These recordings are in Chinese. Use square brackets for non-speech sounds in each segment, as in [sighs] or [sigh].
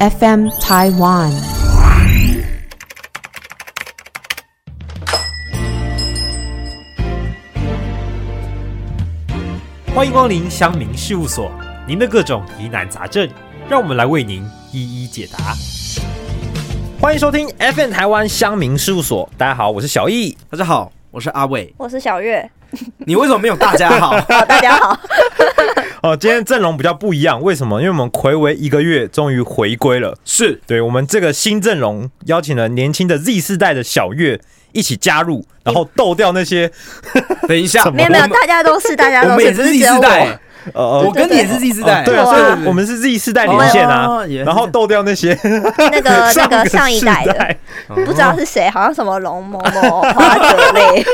FM Taiwan。欢迎光临乡民事务所，您的各种疑难杂症，让我们来为您一一解答。欢迎收听 FM 台湾乡民事务所，大家好，我是小易。大家好，我是阿伟。我是小月，你为什么没有大家好？好，大家好，哦，今天阵容比较不一样，为什么？因为我们暌违一个月，终于回归了。是对我们这个新阵容，邀请了年轻的 Z 世代的小月一起加入，然后斗掉那些等一下，怎么 [laughs] 没有没有，我们大家都是，大家我都们是，也不是是 Z 只有世代我。，呃呃我跟你也是 Z 世代，哦对啊，哇所以我们是 Z 世代连线啊哦也，是然后斗掉那些 [laughs] 那个那个上一世代的，代。不知道是谁，好像什么龙某某 [laughs] 花泽类，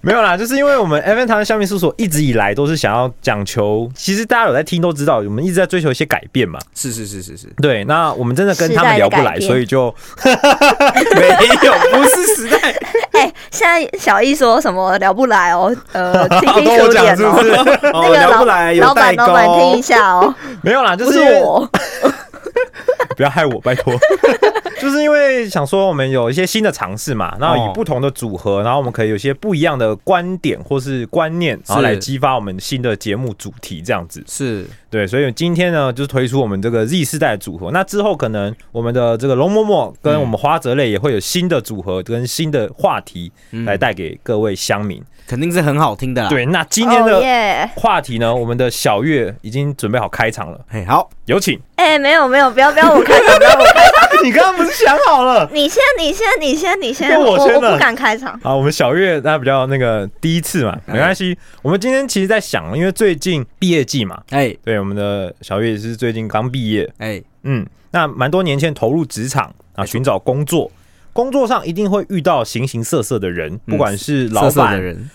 没有啦，就是因为我们 FN 台湾香民事务所一直以来都是想要讲求，其实大家有在听都知道，我们一直在追求一些改变嘛。是是是是是，对，那我们真的跟他们时代的聊不改来，变所以就没有，不是时代，哎，现在小易说什么聊不来哦，呃，听好听跟我书讲点是不哦，是？那哦，个聊老不来，有老代板老板听沟一，下哦，没有啦，就不是是因为我，不要害我，拜托。 [laughs] 就是因为想说我们有一些新的尝试嘛，然后哦以不同的组合，然后我们可以有一些不一样的观点或是观念，然后来激发我们新的节目主题这样子。是对，所以今天呢，就是推出我们这个 Z 世代的组合。那之后可能我们的这个龙嬷嬷跟我们花泽类也会有新的组合跟新的话题来带给各位乡民。肯定是很好听的啦。，对，那今天哦的耶，话题呢，我们的小月已经准备好开场了，嘿，好，有请。哎，没有没有，不要不要，我开场，不要我开 [laughs] 场，你刚刚不是想好了？你先你先你先你先，跟我我先我了不敢开场，啊，我们小月她比较那个第一次嘛，没关系。我们今天其实在想，因为最近毕业季嘛，哎对，我们的小月也是最近刚毕业，哎，嗯，那蛮多年前投入职场啊，寻找工作，工作上一定会遇到形形色色的人，不管是老色色板，的人，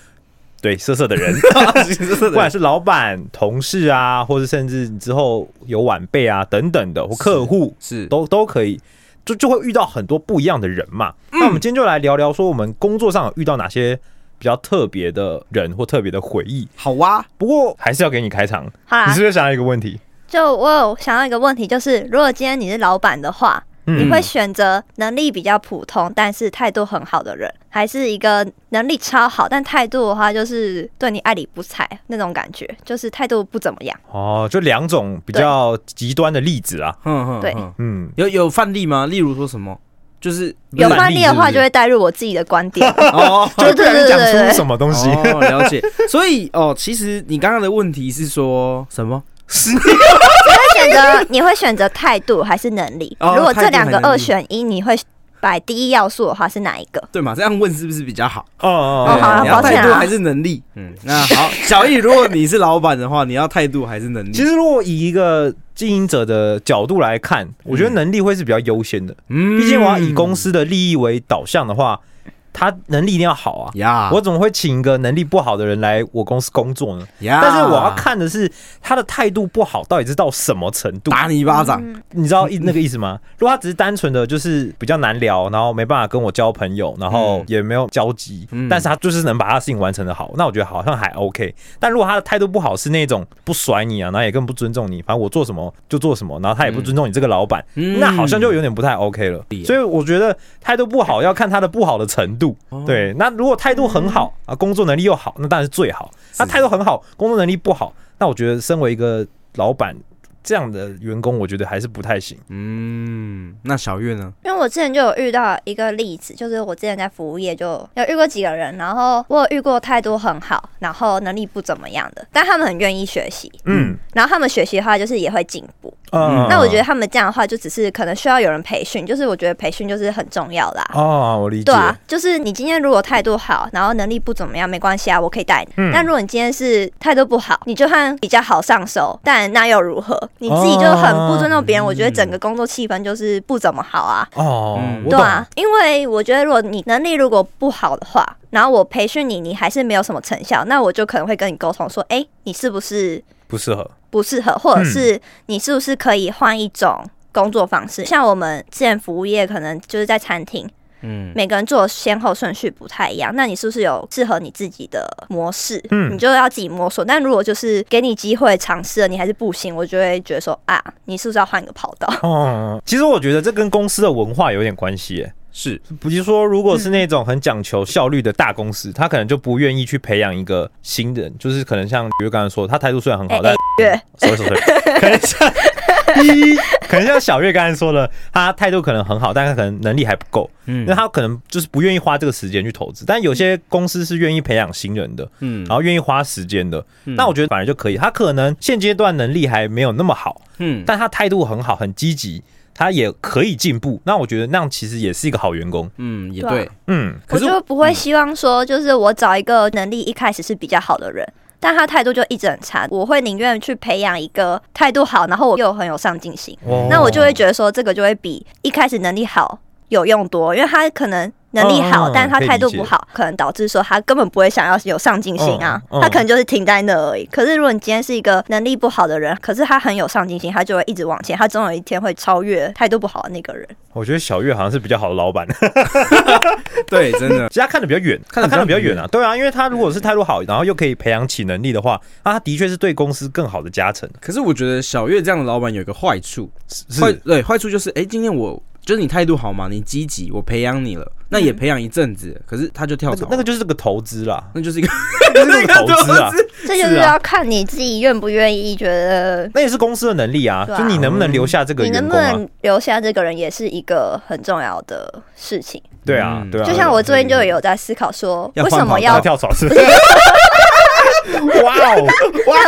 对色 [laughs] 色的人，色色不管是老板、同事啊，或是甚至之后有晚辈啊等等的，或客户是都都可以。就就会遇到很多不一样的人嘛。那我们今天就来聊聊，说我们工作上有遇到哪些比较特别的人或特别的回忆。好哇，不过还是要给你开场，好啦你是，不是想到一个问题？就我有想到一个问题，就是如果今天你是老板的话，嗯你会选择能力比较普通但是态度很好的人，还是一个能力超好但态度的话就是对你爱理不睬那种感觉，就是态度不怎么样？哦，就两种比较极端的例子啊。哼哼，对哼嗯，有有范例吗？例如说什么？就是有不是范例的话，是不就是会带入我自己的观点。哦，就会不小心对对对啊讲对出对什么东西。哦，了解。所以哦，其实你刚刚的问题是说什么？你会选择 [laughs] 你会选择态度还是能力？哦如果这两态度还个能力二选一，你会摆第一要素的话是哪一个？对嘛？这样问是不是比较好？哦哦哦好啦你要抱歉啊态度还是能力？嗯，那好，小易，如果你是老板的话，你要态度还是能力？其，实，如果以一个经营者的角度来看，我觉得能力会是比较优先的。嗯毕竟，我要以公司的利益为导向的话，他能力一定要好啊。呀，我怎么会请一个能力不好的人来我公司工作呢？呀，但是我要看的是他的态度不好到底是到什么程度，打你一巴掌。你知道嗯意那个意思吗？如果他只是单纯的就是比较难聊，然后没办法跟我交朋友，然后嗯也没有交集，嗯但是他就是能把他的事情完成的好，那我觉得好像还 OK。但如果他的态度不好，是那种不甩你啊，然后也更不尊重你，反正我做什么就做什么，然后他也不尊重你这个老板，嗯那好像就有点不太 OK 了。嗯所以我觉得态度不好要看他的不好的程度。哦对，那如果态度很好啊，工作能力又好，那当然是最好。那态度很好，工作能力不好，那我觉得身为一个老板。这样的员工，我觉得还是不太行。嗯，那小月呢？因为我之前就有遇到一个例子，就是我之前在服务业就有遇过几个人，然后我有遇过态度很好，然后能力不怎么样的，但他们很愿意学习，嗯，然后他们学习的话就是也会进步。嗯那我觉得他们这样的话，就只是可能需要有人培训，就是我觉得培训就是很重要啦。哦，我理解。对啊，就是你今天如果态度好，然后能力不怎么样，没关系啊，我可以带你。嗯但如果你今天是态度不好，你就算比较好上手，但那又如何？你自己就很不尊重别人，我觉得整个工作气氛就是不怎么好啊。哦，嗯我对懂。啊，因为我觉得如果你能力如果不好的话，然后我培训你，你还是没有什么成效，那我就可能会跟你沟通说，哎、你是不是不适合。不适合，或者嗯是你是不是可以换一种工作方式？像我们之前服务业，可能就是在餐厅。嗯，每个人做的先后顺序不太一样，那你是不是有适合你自己的模式？嗯你就要自己摸索。但如果就是给你机会尝试了，你还是不行，我就会觉得说啊，你是不是要换个跑道？哦，其实我觉得这跟公司的文化有点关系耶。是比如说，如果是那种很讲求效率的大公司，他可能就不愿意去培养一个新人，就是可能像比如刚才说，他态度虽然很哎好，但月， sorry sorry，可能像 [laughs] 一，可能像小月刚才说的，他态度可能很好，但他可能能力还不够，嗯那他可能就是不愿意花这个时间去投资。但有些公司是愿意培养新人的，嗯然后愿意花时间的，嗯那我觉得反而就可以。他可能现阶段能力还没有那么好，嗯但他态度很好，很积极，他也可以进步。那我觉得那样其实也是一个好员工。嗯也对啊对，嗯，我可是就不会希望说，就是我找一个能力一开始是比较好的人。但他态度就一直很差，我会宁愿去培养一个态度好，然后我又很有上进心，哦那我就会觉得说，这个就会比一开始能力好有用多，因为他可能能力嗯好，嗯嗯但是他态度可以理不解好，可能导致说他根本不会想要有上进心啊，嗯嗯他可能就是停在那而已。可是如果你今天是一个能力不好的人，可是他很有上进心，他就会一直往前，他总有一天会超越态度不好的那个人。我觉得小月好像是比较好的老板， [laughs] 对，真的，其实他看的比较远，看得他看的比比较较远啊。对啊，因为他如果是态度好，然后又可以培养起能力的话，那他的确是对公司更好的加成。可是我觉得小月这样的老板有一个坏处，是坏对坏处就是，哎、今天我就是你态度好嘛，你积极，我培养你了，那嗯也培养一阵子，可是他就跳那槽个了，那个就是个投资 [laughs] 啦，那就是一个那就是个投资啊。这就是是啊要看你自己愿不愿意，觉得那也是公司的能力啊，对啊就你能不能留下这个你能员不工啊？能留下这个人，也是一个很重要的事情。对啊，嗯对啊。就像我最近就有在思考说，要为换什么跑道对啊要跳槽是不 [laughs] 是？哇哦，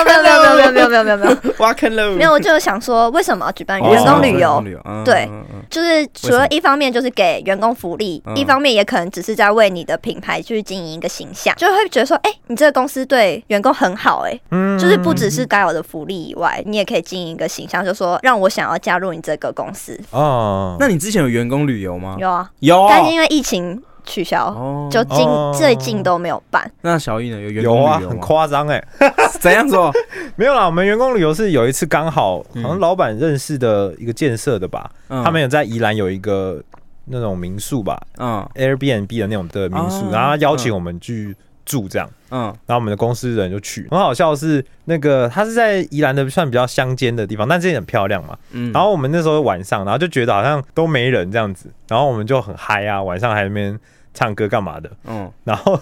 没有没有没有没有没有没有没有没有挖坑了，没有，我就想说，为什么要举办哦员工旅员游工？旅游，嗯对嗯嗯就是除为什么了一方面就是给员工福利，嗯一方面也可能只是在为你的品牌去经营一个形象，就会觉得说，哎、你这个公司对员工很好、哎、嗯就是不只是该有的福利以外，你也可以经营一个形象，就说让我想要加入你这个公司。哦，那你之前有员工旅游吗？有啊，有但是因为疫情取消，哦，就近哦最近都没有办。那小易呢？有员工有旅游啊，吗很夸张哎， [laughs] 怎样说？没有啦，我们员工旅游是有一次刚好嗯好像老板认识的一个建设的吧，嗯他们有在宜兰有一个那种民宿吧嗯，Airbnb 的那种的民宿，哦然后他邀请我们去住这样。嗯然后我们的公司人就去，很好笑的是那个它是在宜兰的算比较乡间的地方，但这里很漂亮嘛。嗯，然后我们那时候晚上，然后就觉得好像都没人这样子，然后我们就很嗨啊，晚上还在那边唱歌干嘛的。嗯，然后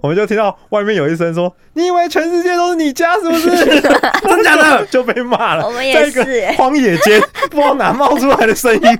我们就听到外面有一声说：“你以为全世界都是你家是不是？” [laughs] 真假的就被骂了。我们也在一个是欸荒野间，不知道哪冒出来的声 [laughs] 音，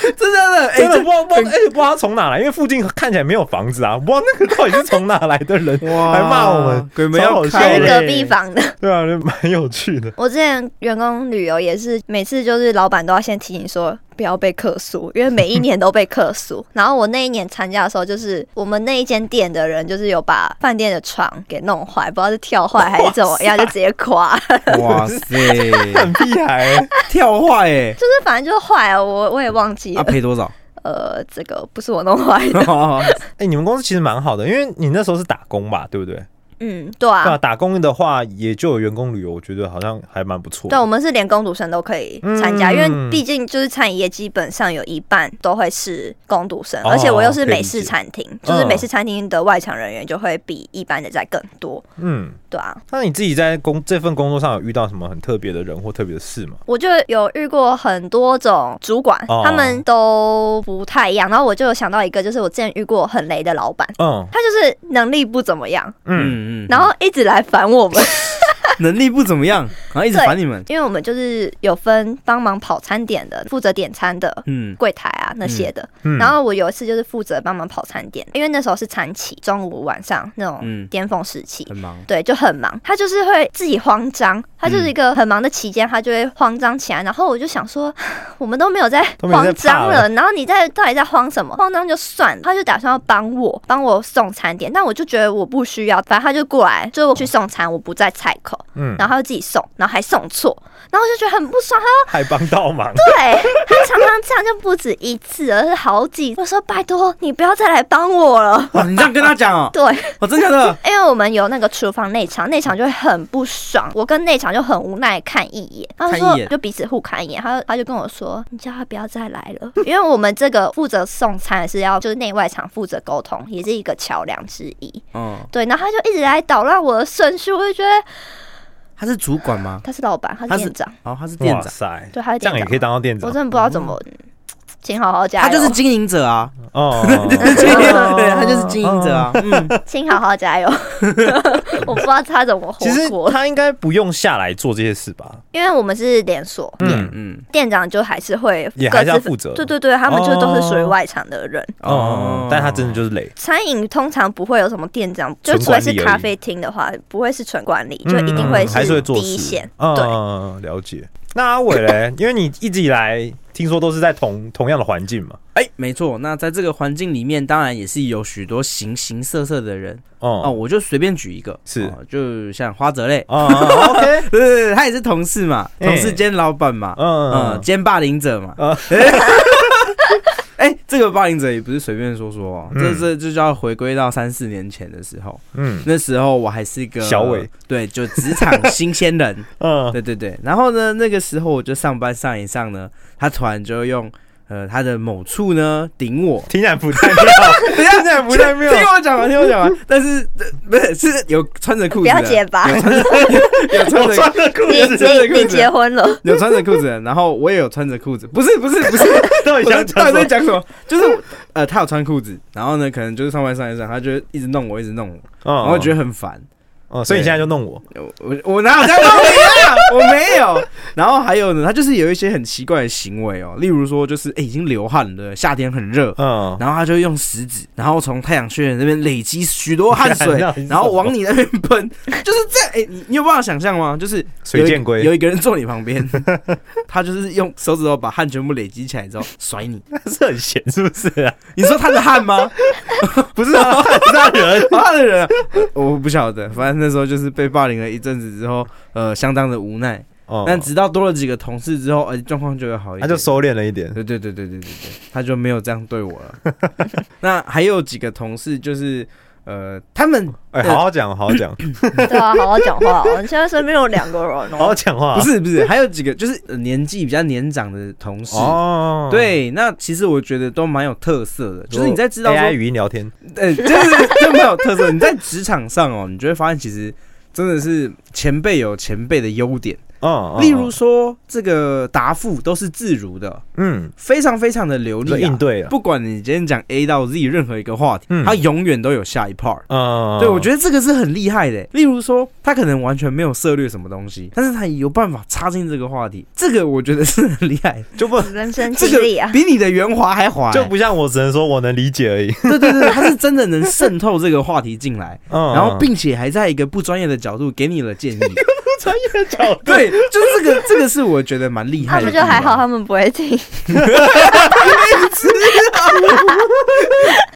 真的哎真真的的不知道，不知道，而且不知道他从哪来，因为附近看起来没有房子啊，不知道那个到底是从哪来的人， [laughs] 哎，哇还骂我们鬼门超要好笑还的是嘞隔壁房的， [laughs] 对啊，就蛮有趣的。我之前员工旅游也是，每次就是老板都要先提醒说不要被客诉，因为每一年都被客诉。然后我那一年参加的时候，就是我们那一间店的人就是有把饭店的床给弄坏，不知道是跳坏还是怎么样，就直接垮。 [laughs] 就嘞，哇塞，很屁孩欸、 [laughs] 跳坏哎，是反正就坏了，我我也忘记了。啊赔多 [laughs] 少？呃，这个不是我弄坏 [laughs] 的。哦哎、你们公司其实蛮好的，因为你那时候是打工吧，对不对？嗯，对对啊，啊，打工的话也就有员工旅游，我觉得好像还蛮不错。对，我们是连工读生都可以参加，嗯因为毕竟就是餐饮业基本上有一半都会是工读生，哦而且我又可是以理美式解餐厅，就是嗯美式餐厅的外场人员就会比一般的在更多，嗯，对啊。那你自己在工这份工作上有遇到什么很特别的人或特别的事吗？我就有遇过很多种主管，哦他们都不太一样。然后我就有想到一个，就是我之前遇过很雷的老板，嗯他就是能力不怎么样，嗯，嗯嗯，然后一直来烦我们， [laughs] 能力不怎么样，然后一直对烦你们，因为我们就是有分帮忙跑餐点的，负责点餐的。嗯柜台啊那些的，嗯然后我有一次就是负责帮忙跑餐点，因为那时候是餐期，中午晚上那嗯种巅峰时期，很忙，对，就很忙，他就是会自己慌张，他就是一个很忙的期间，他就会慌张起来。然后我就想说， [sighs] 我们都没有在都没有在慌怕张了了，然后你在到底在慌什么？慌张就算了，他就打算要帮我帮我送餐点，但我就觉得我不需要，反正他就过来，就我去送餐，我不在菜口。嗯，然后他就自己送，然后还送错，然后我就觉得很不爽。 [laughs] 还帮倒忙，对，他常常这样，就不止一次，而是好几。我说拜托你不要再来帮我了。哇，你这样跟他讲 [laughs] 哦，对，我真的假的，因为我们有那个厨房内场，内场就会很不爽，我跟内场就很无奈看一眼，他看一说眼就彼此互看一眼，他就他就跟我说，你叫他不要再来了， [laughs] 因为我们这个负责送餐是要就是内外场负责沟通，也是一个桥梁之一。嗯，对，然后他就一直来捣乱我的顺序，我就觉得他是主管吗？他是老板，他他是是店长，哦，他是店哇长，塞，啊对，他是这店样也长可以，当到啊店长我嗯真的不知道怎么，请好好加他油，就是经营者啊，哦， [laughs] [laughs] 对，他就是经营者啊，嗯，请好好 [laughs] 加油。我不知道他怎么其实活过，他应该不用下来做这些事吧？因为我们是连锁，嗯，嗯，店长就还是会也各还是自要分负责对对对，他们就都是属于外场的人。哦，但他真的就是累，餐饮通常不会有什么店长，就纯除非管理是而已咖啡厅的话，不会是纯管理，就一定会嗯还是会做第一事线。对，嗯，了解。那阿伟嘞，因为你一直以来听说都是在同同样的环境嘛，哎，没错，那在这个环境里面，当然也是有许多形形色色的人哦，哦我就随便举一个，是哦就像花泽类，哦，OK，对对对，他也是同事嘛，哎同事兼老板嘛，嗯，嗯，兼霸凌者嘛啊。 [laughs] 哎，这个霸凌者也不是随便说说哦，嗯这这这就要回归到三四年前的时候，嗯那时候我还是个小伟，对，就职场新鲜 [laughs] 人，嗯，对对对。然后呢，那个时候我就上班上一上呢，他突然就用呃他的某处呢顶 [laughs] 我，听起来不 [laughs] 太妙，等一下听起来不太妙听我讲完，听我讲完。 [laughs] 但是呃不是是有穿着裤不子的，要结巴， [laughs] 有穿我着穿的裤你子是真的你裤你子结 [laughs] 婚了，有穿着裤子 [laughs] 的，然后我也有穿着裤子，不是不是不是，到底 [laughs] 我想到讲什底在么？讲什么？就是呃，他有穿裤子，然后呢，可能就是上班上一上，他就一直弄我，一直弄我，然后觉得，得很烦。哦，所以你现在就弄我，我我我哪有在弄你啊？我没有。 [laughs] 然后还有呢，他就是有一些很奇怪的行为哦，例如说就是哎、已经流汗了，夏天很热。嗯，然后他就用食指，然后从太阳穴那边累积许多汗水 [laughs] 那你，是然后往你那边喷，就是这样。哎、你你有办法想象吗？就是水箭龟有一个人坐你旁边， [laughs] 他就是用手指头把汗全部累积起来之后甩你。是很闲是不是啊？你说他的汗吗？ [laughs] 不是啊，是他人， [laughs] 他的人，啊我不晓得。反正那时候就是被霸凌了一阵子之后，呃，相当的无奈。哦但直到多了几个同事之后，哎、状况就会好一他点。就收敛了一点，对对对对对对对，他就没有这样对我 [laughs] 了。那还有几个同事就是。呃，他们哎，好好讲，好好讲，嗯对啊，好好讲话哦。现在身边有两个人好好哦，讲话，啊不是不是，还有几个就是呃年纪比较年长的同事，哦，对，那其实我觉得都蛮有特色的，就是你在知道说 AI 语音聊天，对，就是真蛮有特色。你在职场上哦，你就会发现其实真的是前辈有前辈的优点，嗯，例如说这个答复都是自如的，嗯，非常非常的流利、就啊，应对了，不管你今天讲 A 到 Z 任何一个话题，嗯他永远都有下一 part。嗯，对，我觉得得这个是很厉害的。例如说，他可能完全没有涉略什么东西，但是他有办法插进这个话题，这个我觉得是很厉 [laughs] 害，就不人生这经个历啊，比你的圆滑还滑、欸就不像我，只能说我能理解 [laughs] 而已，对对对，他是真的能渗透这个话题进来。 [laughs] 嗯，然后并且还在一个不专业的角度给你了建 [laughs] 议。专业的角度，对，就是这个，这个是我觉得蛮厉害他的们地就方。还好，他们不 [laughs] 会听。 [laughs]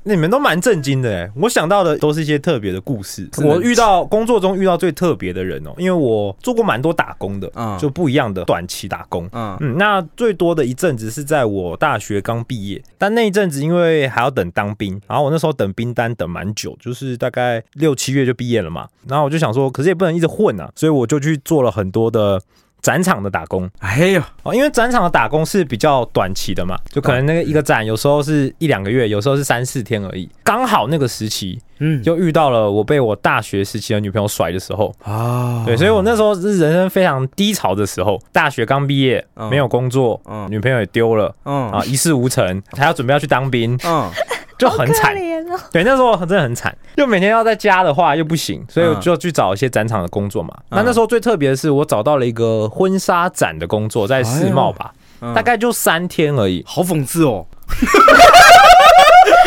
你们都蛮震惊的哎，我想到的都是一些特别的故事。是的我遇到工作中遇到最特别的人哦，因为我做过蛮多打工的嗯，就不一样的短期打工。嗯嗯，那最多的一阵子是在我大学刚毕业，但那一阵子因为还要等当兵，然后我那时候等兵单等蛮久，就是大概六七月就毕业了嘛。然后我就想说，可是也不能一直混啊，所以我就去做了很多的展场的打工哎呦，哦，因为展场的打工是比较短期的嘛，就可能那个一个展有时候是一两个月，有时候是三四天而已。刚好那个时期嗯，就遇到了我被我大学时期的女朋友甩的时候，啊，对，所以我那时候是人生非常低潮的时候，大学刚毕业，嗯没有工作，嗯女朋友也丢了。嗯啊，一事无成，还要准备要去当 [laughs] 兵，嗯，就好很可惨。怜哦，对，那时候真的很惨，就每天要在家的话又不行，所以我嗯就去找一些展场的工作嘛。那嗯那时候最特别的是，我找到了一个婚纱展的工作，在 [laughs] 世贸吧，嗯大概就三天而已。好讽刺哦。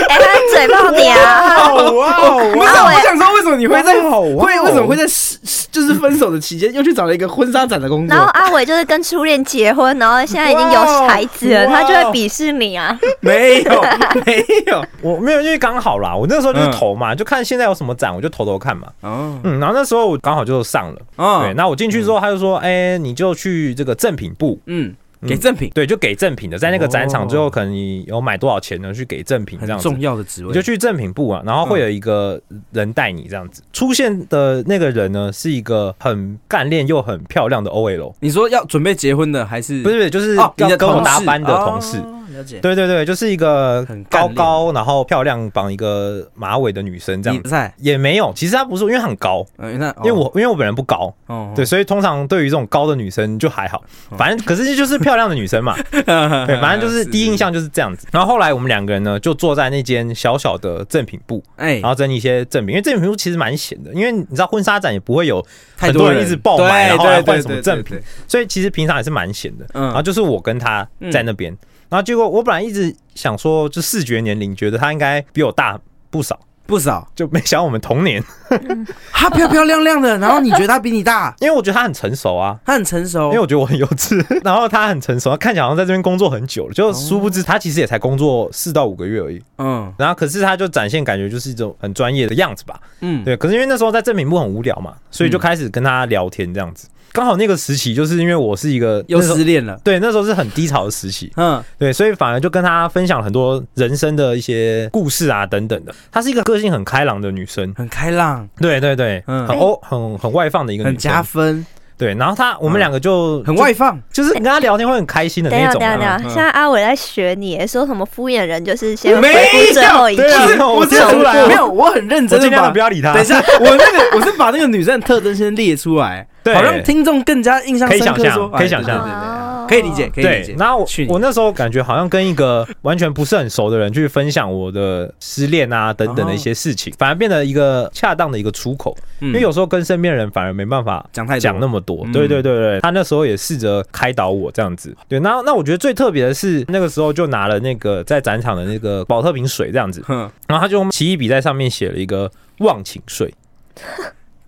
哎，他在嘴爆你啊！哇我哦！想，我想说，为什么你会在哇哦哇会哦为什么会在是是就是分手的期间又去找了一个婚纱展的工然后作？阿伟就是跟初恋结婚，然后现在已经有孩子了，哇哦他就会鄙视你啊！没 [laughs] 有，没有。我没有，因为刚好啦，我那时候就是嗯投嘛，就看现在有什么展，我就投投看嘛。哦，嗯，然后那时候我刚好就上了。对，嗯那我进去之后，他就说，哎，你就去这个赠品部。嗯，给赠品，对，就给赠品的，在那个展场哦最后，可能你有买多少钱呢？去给赠品这很样子，重要的职你位，就去赠品部啊，然后会有一个人带你这样子。出现的那个人呢，是一个很干练又很漂亮的 OL，你说要准备结婚的还是不是不是，就是哦你要的跟我同搭事班的同事。哦了解，对对对，就是一个很干高练高然后漂亮绑一个马尾的女生这你样子。在，也没有，其实她不是，因为她很高，嗯，那因为我因为我本人不高， [laughs] 哦对，，所以通常对于这种高的女生就还好，反正可是就是漂亮的女生嘛，对， [laughs] 对反正就是 [laughs] 第一印，象就是这样子。然后后来我们两个人呢，就坐在那间小小的赠品部，哎然，后整理一些赠品，因为赠品部其实蛮闲的，因为你知道婚纱展也不会有，太很多人人一直爆买对然后还对换对什么对赠对品对所以其实平常也是蛮闲的。嗯然后就是我跟他在那边，然后结果我本来一直想说，就视觉年龄觉得他应该比我大不少，不少，就没想到我们同年， [laughs] 她漂漂亮亮的，然后你觉得她比你大，因为我觉得他很成熟啊。她很成熟， [laughs] 因为我觉得我很幼稚， [laughs] 然后他很成熟，他看起来好像在这边工作很久了，就殊不知他其实也才工作四到五个月而已。嗯然后可是他就展现感觉就是一种很专业的样子吧，嗯，对。可是因为那时候在正品部很无聊嘛，所以就开始跟他聊天这样子。刚好那个时期，就是因为我是一个又那时候失恋了，对那时候是很低潮的时期，嗯，对，所以反而就跟他分享了很多人生的一些故事啊等等的。她是一个个性很开朗的女生，很开朗，对对对，嗯很欧很很外放的一个很女加生，分，对。然后她我们两个就很外放，就，就是你跟她聊天会很开心的等一那下，种等一下，等啊。一下，现在阿伟在学你，说什么敷衍人，就是先回没复最后一句对。啊不是，我我这是样出来啊没有，我很认我真尽的量把地不。要理她。等一下，我那个我是把那个女生的特征先列出来，对好让听众更加印象可深以刻想象说。可以想象对对哦对对，可以理解，可以理对解，。然后我去你我那时候感觉好像跟一个完全不是很熟的人去分享我的失恋啊等等的一些事情，反而变得一个恰当的一个出口，因因为有时候跟身边人反而没办法嗯讲太多讲那么多。嗯对对对对，他那时候也试着开导我这样子。对，那那我觉得最特别的是那个时候就拿了那个在展场的那个保特瓶水这样子，哼，然后他就用奇异笔在上面写了一个忘情 [laughs] 水，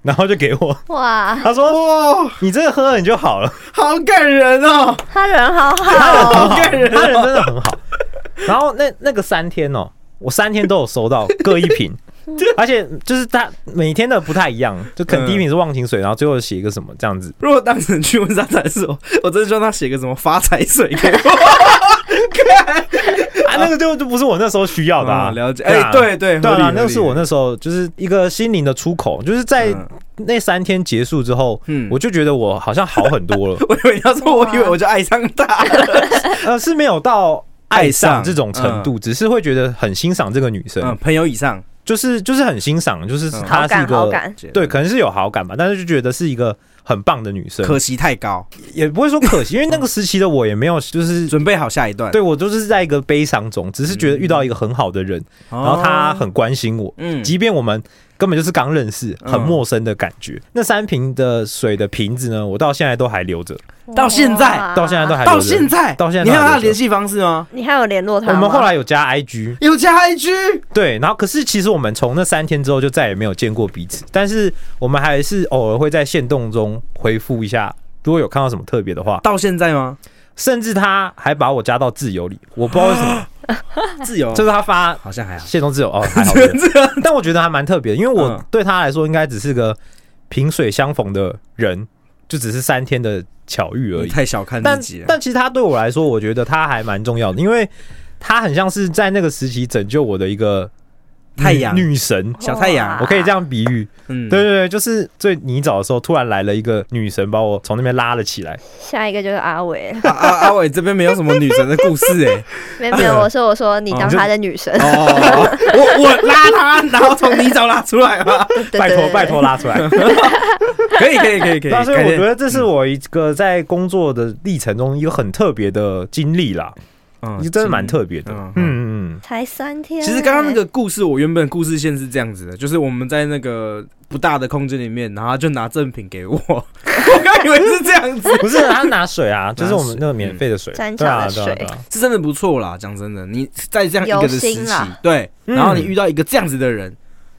然后就给我，哇，他说哇，你这个喝了你就好了。好感人哦！他人好他人很好哦，好，好感人哦他人真的 [laughs] 很好。然后那那个三天哦，我三天都有收到各一 [laughs] 瓶，而且就是他每天的不太一样，就可能第一瓶是忘情水，然后最后写一个什么这样子。如果当时去婚纱展的时候，我真的希望他写个什么发财水给我。啊，那个就就不是我那时候需要的啊。嗯了解，对啊哎，对对，对合理啊合，理那个是我那时候就是一个心灵的出口，就是在嗯那三天结束之后，嗯我就觉得我好像好很多了 [laughs] ，我以为你要说，我以为我就爱上他了。呃，是没有到爱爱上上这种程度，只是会觉得很欣赏这个女嗯，生，朋友以上，就是就是很欣赏，就是嗯她好是一感个好感。对，可能是有好感吧，但是就觉得是一个很棒的女生，可惜太高，也不会说 [laughs] 可惜，因为那个时期的我也没有，就是准备好下一段。对我就是在一个悲伤中，只是觉得遇到一个很好的人，哦，然然后他很关心我，嗯即便我们根本就是刚认识，嗯很陌生的感觉。那三瓶的水的瓶子呢，我到现在都还留着，到现在哇到现在都还留着到现在，到现在你还有都还他留着的联系方式吗？你还有联络他我吗？们后来有加 IG，有加 IG，对，然后可是其实我们从那三天之后就再也没有见过彼此，但是我们还是偶尔会在线动中回复一下，如果有看到什么特别的话，到现在吗？甚至他还把我加到自由里，我不知道为什啊么，自由，就是他发好像还好。 [laughs] 谢东自由哦，还好，这个但我觉得还蛮特别的，因为我嗯对他来说应该只是个萍水相逢的人，就只是三天的巧遇而你已。太小看但自己了。但其实他对我来说，我觉得他还蛮重要的，因为他很像是在那个时期拯救我的一个女太阳女神。小太阳我可以这，样比喻，嗯，对对对，就是最泥沼的时候，突然来了一个女神，把我从那边拉了起来。下一个就是阿伟。阿阿阿伟这边没有什么女神的故事哎、没有没有，我说我说你当哦他的女神， [laughs] 哦，我我拉他，然后从泥沼拉出来吗？ [laughs] [laughs] 对拜托拜托，拉出来！可以可以可以可以，那所以改我天嗯觉得这是我一个在工作的历程中一个很特别的经历啦，嗯真的蛮特别的。嗯嗯嗯嗯，才三天。其实刚刚那个故事，我原本故事线是这样子的，就是我们在那个不大的空间里面，然后他就拿赠品给我。我刚 [laughs] 还以为是这样子，不是他拿水啊，就是我们那个免费的水，沾对啊对啊上的水对啊是真的不错啦。讲真的，你在这样一个的时有期心啦，对，嗯然后你遇到一个这样子的人，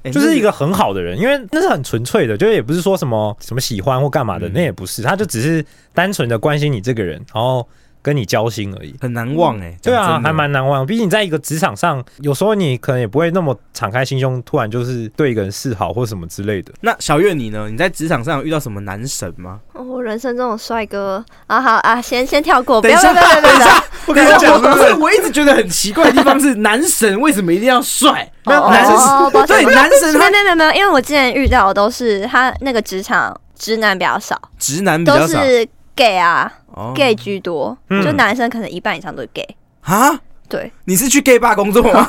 哎就是一个很好的人，因为那是很纯粹的，就是也不是说什么什么喜欢或干嘛的，嗯那也不是，他就只是单纯的关心你这个人，然后跟你交心而已。很难忘哎。对讲啊，真的还蛮难忘。毕竟你在一个职场上，有时候你可能也不会那么敞开心胸，突然就是对一个人示好或什么之类的。那小月你呢？你在职场上有遇到什么男神吗？哦我人生中有帅哥啊，好啊，先先跳过，不等一要不下要不要不要不要，不跟你讲不是，我一直觉得很奇怪的地方是， [laughs] 男神为什么一定要帅？没有男 [laughs] 哦神抱歉对男神没有他没有没有没有，因为我之前遇到的都是他那个职场直男比较少，直嗯男比都较少是 gay 啊哦，gay 居多，嗯就男生可能一半以上都是 gay。啊？对，你是去 gay 吧工作 [laughs] 吗？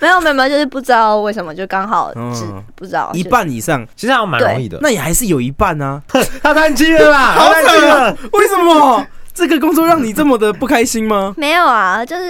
没有没有没有，就是不知道为什么就刚好只嗯不知道一。半以上，其实还蛮容易的。那也还是有一半啊。 [laughs] 他叹气了啦，好他叹气惨啊了。！ [laughs] 为什么这个工作让你这么的不开心吗就？没有啊，就是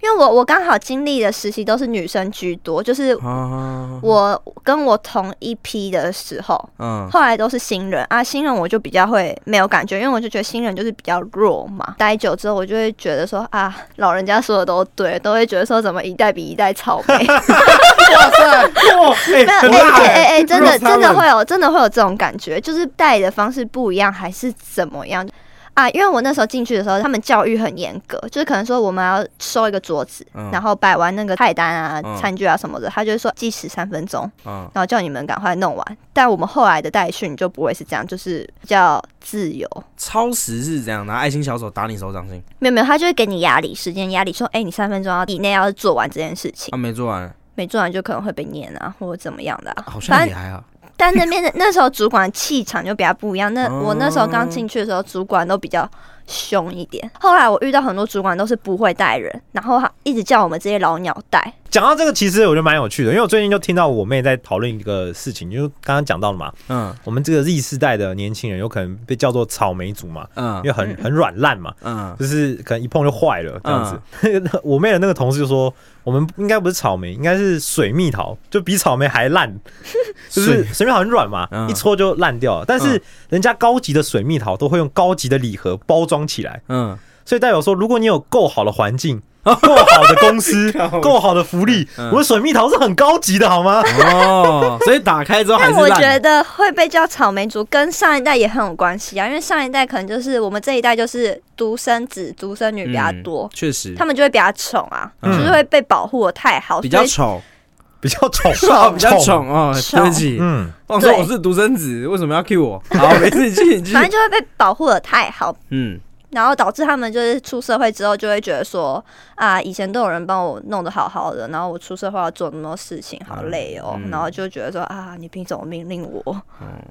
因为我我刚好经历的实习都是女生居多，就是啊，我跟我同一批的时候，嗯，后来都是新人啊，新人我就比较会没有感觉，因为我就觉得新人就是比较弱嘛。待久之后，我就会觉得说啊，老人家说的都对，都会觉得说怎么一代比一代 [laughs] 草莓。哇塞，哦哇，哎没有，很哎辣哎哎哎，真的 Rose 真的 Allen 会有，真的会有这种感觉，就是带的方式不一样，还是怎么样啊？因为我那时候进去的时候，他们教育很严格，就是可能说我们要收一个桌子，嗯然后摆完那个菜单啊、嗯餐具啊什么的，他就会说计时三分钟，嗯然后叫你们赶快弄完。但我们后来的代训就不会是这样，就是比较自由。超时是这样，拿爱心小手打你手掌心，没有没有，他就会给你压力，时间压力，说，哎、你三分钟要以内要做完这件事情啊，，没做完，没做完就可能会被念啊，或者怎么样的、啊。好反像正也还好。但那边的那时候主管气场就比较不一样。那哦我那时候刚进去的时候，主管都比较凶一点。后来我遇到很多主管都是不会带人，然后他一直叫我们这些老鸟带。讲到这个，其实我觉得蛮有趣的，因为我最近就听到我妹在讨论一个事情，就是刚刚讲到了嘛，嗯我们这个 Z 世代的年轻人有可能被叫做草莓族嘛，因嗯为很很软烂嘛，嗯，就是可能一碰就坏了这样子。 [laughs] 我妹的那个同事就说，我们应该不是草莓，应该是水蜜桃，就比草莓还烂，就是水蜜桃很软嘛，嗯一戳就烂掉了。但是嗯人家高级的水蜜桃都会用高级的礼盒包装起来，嗯，所以代表说，如果你有够好的环 [laughs] 境。够好的公司靠，够好的福利，嗯我的水蜜桃是很高级的，好 [laughs] 吗？哦，所以打开之后还但是我烂觉的。得会被叫草莓族跟上一代也很有关系啊，因为上一代可能就是我们这一代就是独生子、独生女比较多嗯，确实他们就会比较宠啊，嗯就是会被保护的太好，比较所以丑，比较丑，哦比较丑哦，丑对不起，嗯，我说对我是独生子，为什么要 cue [laughs] 我？好，没事，你继续，你继续反正。就会被保护的太好，嗯，然后导致他们就是出社会之后就会觉得说啊，以前都有人帮我弄得好好的，然后我出社会要做那么多事情，好累哦，嗯哦然后就觉得说啊，你凭什么命令我、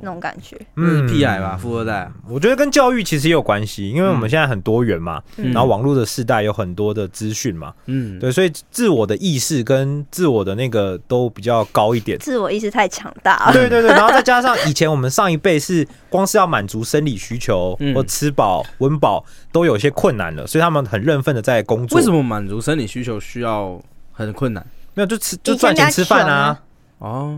那种感觉？那是屁癌吧，富二代。啊我觉得跟教育其实也有关系，因为我们现在很多元嘛，嗯然后网络的世代有很多的资讯嘛，嗯，对，所以自我的意识跟自我的那个都比较高一 [laughs] 点。自我意识太强啊大了，对对对，然后再加上以前我们上一辈是光是要满足生理需求嗯或吃饱温饱都有些困难了，所以他们很认份的在工作。为什？么满足生理需求需要很困难？没有就吃就赚钱吃饭啊，哦，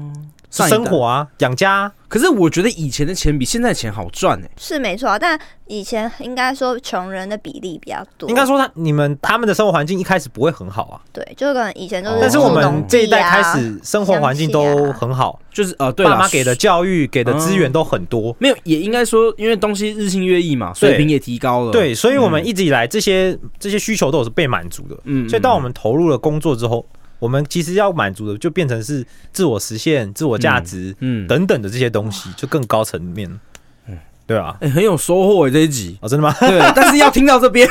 上一代生活。啊，养家啊。可是我觉得以前的钱比现在的钱好赚哎、是没错啊，但以前应该说穷人的比例比较多，应该说他你们他们的生活环境一开始不会很好啊，对，就可能以前都是、哦但是我不们懂啊这一啊代开，始生活环境都很好，就是呃，对啦嗯爸妈给的教育给的资源都很多。没有，也应该说，因为东西日新月异嘛，水平也提高了。，对，所以我们一直以来这些、这些需求都是被满足的。嗯所以当我们投入了工作之后，我们其实要满足的就变成是自我实现、自我价值、嗯，等等的这些东西，就更高层面。对啊，哎、很有收获哎、这一集 [laughs] 。哦，真的 [laughs] 吗？对，但是要听到这边，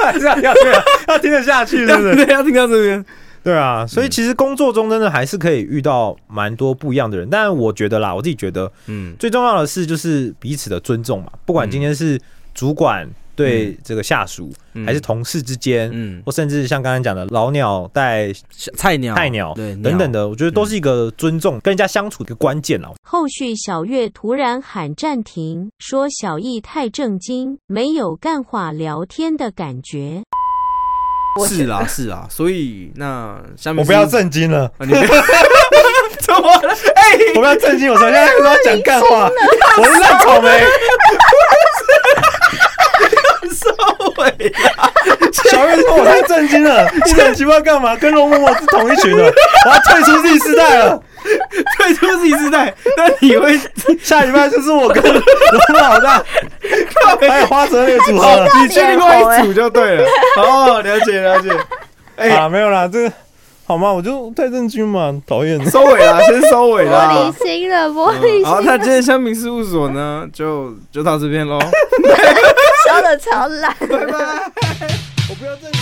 要要对啊，要听得下去，是不是？ [laughs] 对，要听到这边。对啊，嗯所以其实工作中真的还是可以遇到蛮多不一样的人，但我觉得啦，我自己觉得嗯最重要的是就是彼此的尊重嘛，不管今天是主管对这个下属，嗯还是同事之间，嗯，或甚至像刚才讲的老鸟带菜鸟，菜鸟哦对，等等的。的，我觉得都是一个尊重跟人家相处的一个关键啦。后续小月突然喊暂停，说小易太正经，没有干话聊天的感觉。啊是啦，是啦，所以那下面是震惊了，啊你不要 [laughs] 怎么了？哎、 [laughs] 我们要正经，我说现在都要讲干 [laughs] 话，我是烂草莓，收尾啦！小月说我太震惊 [laughs] 了，一脸奇怪干嘛？跟容嬷嬷是同一群的，我要退出 Z 世代了。退出 Z 世代，那你会哦下礼拜就是 [laughs] 我跟 [laughs] 容嬷老 [laughs] 大还有花泽类组合 [laughs] 了。你去另外一组就对了。哦，了解了解。哎、啊，没有啦，这好吗？我就太震惊嘛，导演。收尾啦，先收尾玻啦啊璃。心了，玻璃好，心那今天香民事务所呢，就就到这边喽，烧的超烂。拜拜。我不要震惊。